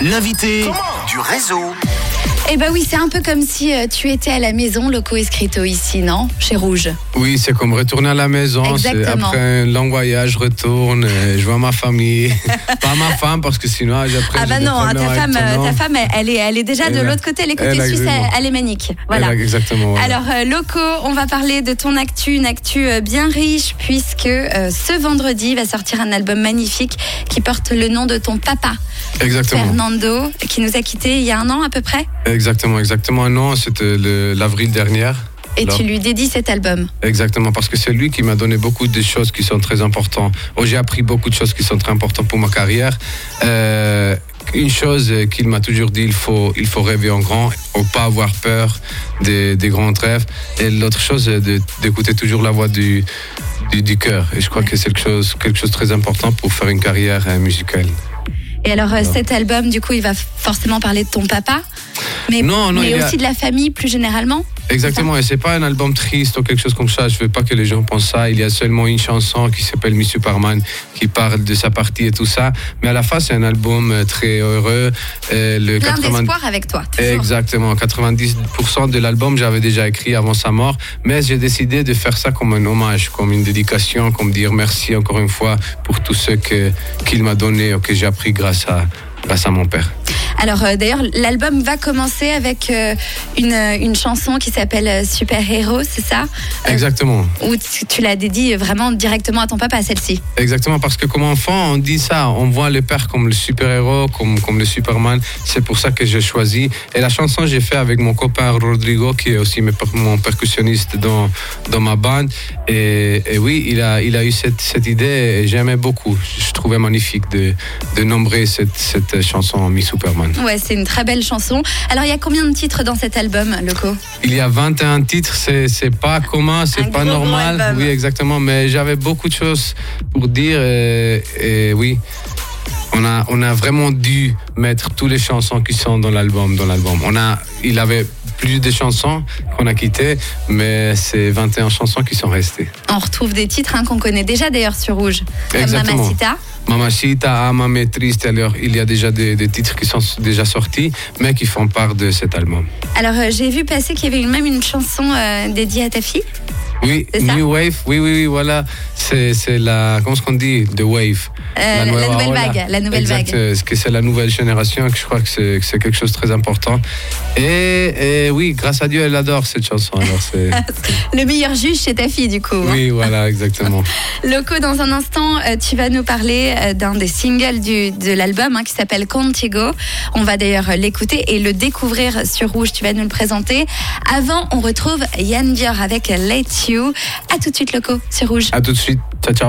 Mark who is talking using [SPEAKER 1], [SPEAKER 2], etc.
[SPEAKER 1] l'invité du réseau.
[SPEAKER 2] Eh ben oui, c'est un peu comme si euh, tu étais à la maison, loco escrito ici, non Chez Rouge.
[SPEAKER 3] Oui, c'est comme retourner à la maison. c'est
[SPEAKER 2] Exactement.
[SPEAKER 3] Après un long voyage, je retourne, euh, je vois ma famille. Pas ma femme, parce que sinon, après.
[SPEAKER 2] ah bah
[SPEAKER 3] j'ai des
[SPEAKER 2] non, hein,
[SPEAKER 3] problèmes
[SPEAKER 2] ta
[SPEAKER 3] avec
[SPEAKER 2] femme,
[SPEAKER 3] ton
[SPEAKER 2] euh,
[SPEAKER 3] nom.
[SPEAKER 2] ta femme, elle- elle est, elle est déjà de
[SPEAKER 3] Elle a-
[SPEAKER 2] l'autre côté, elle est côté
[SPEAKER 3] elle a
[SPEAKER 2] suisse,
[SPEAKER 3] eu,
[SPEAKER 2] elle,
[SPEAKER 3] moi.
[SPEAKER 2] elle est manique. Voilà.
[SPEAKER 3] Elle a- exactement. voilà.
[SPEAKER 2] Alors, euh, Loco, on va parler de ton actu, une actu euh, bien riche, puisque euh, ce vendredi va sortir un album magnifique qui porte le nom de ton papa,
[SPEAKER 3] exactement.
[SPEAKER 2] Fernando, qui nous a quittés il y a un an à peu près.
[SPEAKER 3] Exactement, exactement. Non, c'était le- l'avril dernier.
[SPEAKER 2] Et
[SPEAKER 3] Alors.
[SPEAKER 2] tu lui dédies cet album.
[SPEAKER 3] Exactement, parce que c'est lui qui m'a donné beaucoup de choses qui sont très importantes. Oh, J'ai appris beaucoup de choses qui sont très importantes pour ma carrière. Euh, une chose euh, qu'il m'a toujours dit, il faut, il faut rêver en grand, faut pas avoir peur des, des grands rêves. Et l'autre chose, euh, de- d'écouter toujours la voix du, du, du cœur. Et je crois que c'est quelque chose, quelque chose de très important pour faire une carrière euh, musicale.
[SPEAKER 2] Et alors, euh,
[SPEAKER 3] Alors.
[SPEAKER 2] cet album, du coup, il va f- forcément parler de ton papa, mais,
[SPEAKER 3] Non, non,
[SPEAKER 2] mais
[SPEAKER 3] il y a-
[SPEAKER 2] aussi de la famille plus généralement.
[SPEAKER 3] Exactement, et c'est pas un album triste ou quelque chose comme ça. Je veux pas que les gens pensent ça. Il y a seulement une chanson qui s'appelle Miss Superman qui parle de sa partie et tout ça. Mais à la fin, c'est un album euh, très heureux. Euh, le
[SPEAKER 2] Plein
[SPEAKER 3] 90
[SPEAKER 2] d'espoir avec toi. toujours.
[SPEAKER 3] Exactement, 90% de l'album j'avais déjà écrit avant sa mort, mais j'ai décidé de faire ça comme un hommage, comme une dédication, comme dire merci encore une fois pour tout ce que qu'il m'a donné ou que j'ai appris grâce à grâce à mon père.
[SPEAKER 2] Alors euh, d'ailleurs, l'album va commencer avec euh, une, euh, une chanson qui s'appelle euh, Super Héros, c'est ça Euh,
[SPEAKER 3] Exactement.
[SPEAKER 2] Où tu, tu la dédies vraiment directement à ton papa, celle-ci.
[SPEAKER 3] Exactement, parce que comme enfant, on dit ça, on voit le père comme le super-héros, comme, comme le Superman. C'est pour ça que j'ai choisi. Et la chanson, j'ai fait avec mon copain Rodrigo, qui est aussi mes per- mon percussionniste dans, dans ma bande. Et, et oui, il a, il a eu cette, cette idée et j'aimais beaucoup. Je trouvais magnifique de, de nombrer cette, cette chanson Mi Superman.
[SPEAKER 2] Ouais, c'est une très belle chanson. Alors il y a combien de titres dans cet album, Loco
[SPEAKER 3] Il y a 21 titres, c'est, c'est pas commun,
[SPEAKER 2] Un
[SPEAKER 3] c'est pas
[SPEAKER 2] gros, gros
[SPEAKER 3] normal.
[SPEAKER 2] album.
[SPEAKER 3] oui, exactement, mais j'avais beaucoup de choses pour dire et, et oui. On a, on a vraiment dû mettre toutes les chansons qui sont dans l'album, dans l'album. On a, il avait plus de chansons qu'on a quittées, mais c'est 21 chansons qui sont restées.
[SPEAKER 2] On retrouve des titres hein, qu'on connaît déjà d'ailleurs sur Rouge, comme
[SPEAKER 3] Exactement.
[SPEAKER 2] Mamacita.
[SPEAKER 3] Mamacita, Ama Triste, alors il y a déjà des, des titres qui sont déjà sortis, mais qui font part de cet album.
[SPEAKER 2] Alors euh, j'ai vu passer qu'il y avait une- même une chanson euh, dédiée à ta fille.
[SPEAKER 3] Oui,
[SPEAKER 2] C'est ça
[SPEAKER 3] New Wave, oui, oui, oui, voilà. C'est c'est la. Comment est-ce qu'on dit The Wave.
[SPEAKER 2] Euh, la- la
[SPEAKER 3] nueva
[SPEAKER 2] nouvelle
[SPEAKER 3] ola.
[SPEAKER 2] vague, la nouvelle
[SPEAKER 3] Exact,
[SPEAKER 2] vague.
[SPEAKER 3] euh, ce que c'est la nouvelle génération, que je crois que c'est que c'est quelque chose de très important. Et, et oui, grâce à Dieu, elle adore cette chanson. Alors c'est-
[SPEAKER 2] Ah, Le meilleur juge, c'est ta fille du coup. hein.
[SPEAKER 3] oui, voilà, exactement.
[SPEAKER 2] Loco, dans un instant, euh, tu vas nous parler euh, d'un des singles du, de l'album hein, qui s'appelle Contigo. On va d'ailleurs euh, l'écouter et le découvrir sur Rouge. Tu vas nous le présenter. Avant, on retrouve Yann Dior avec Let You. À tout de suite, Loco, sur Rouge.
[SPEAKER 3] À tout de suite. Ciao, ciao.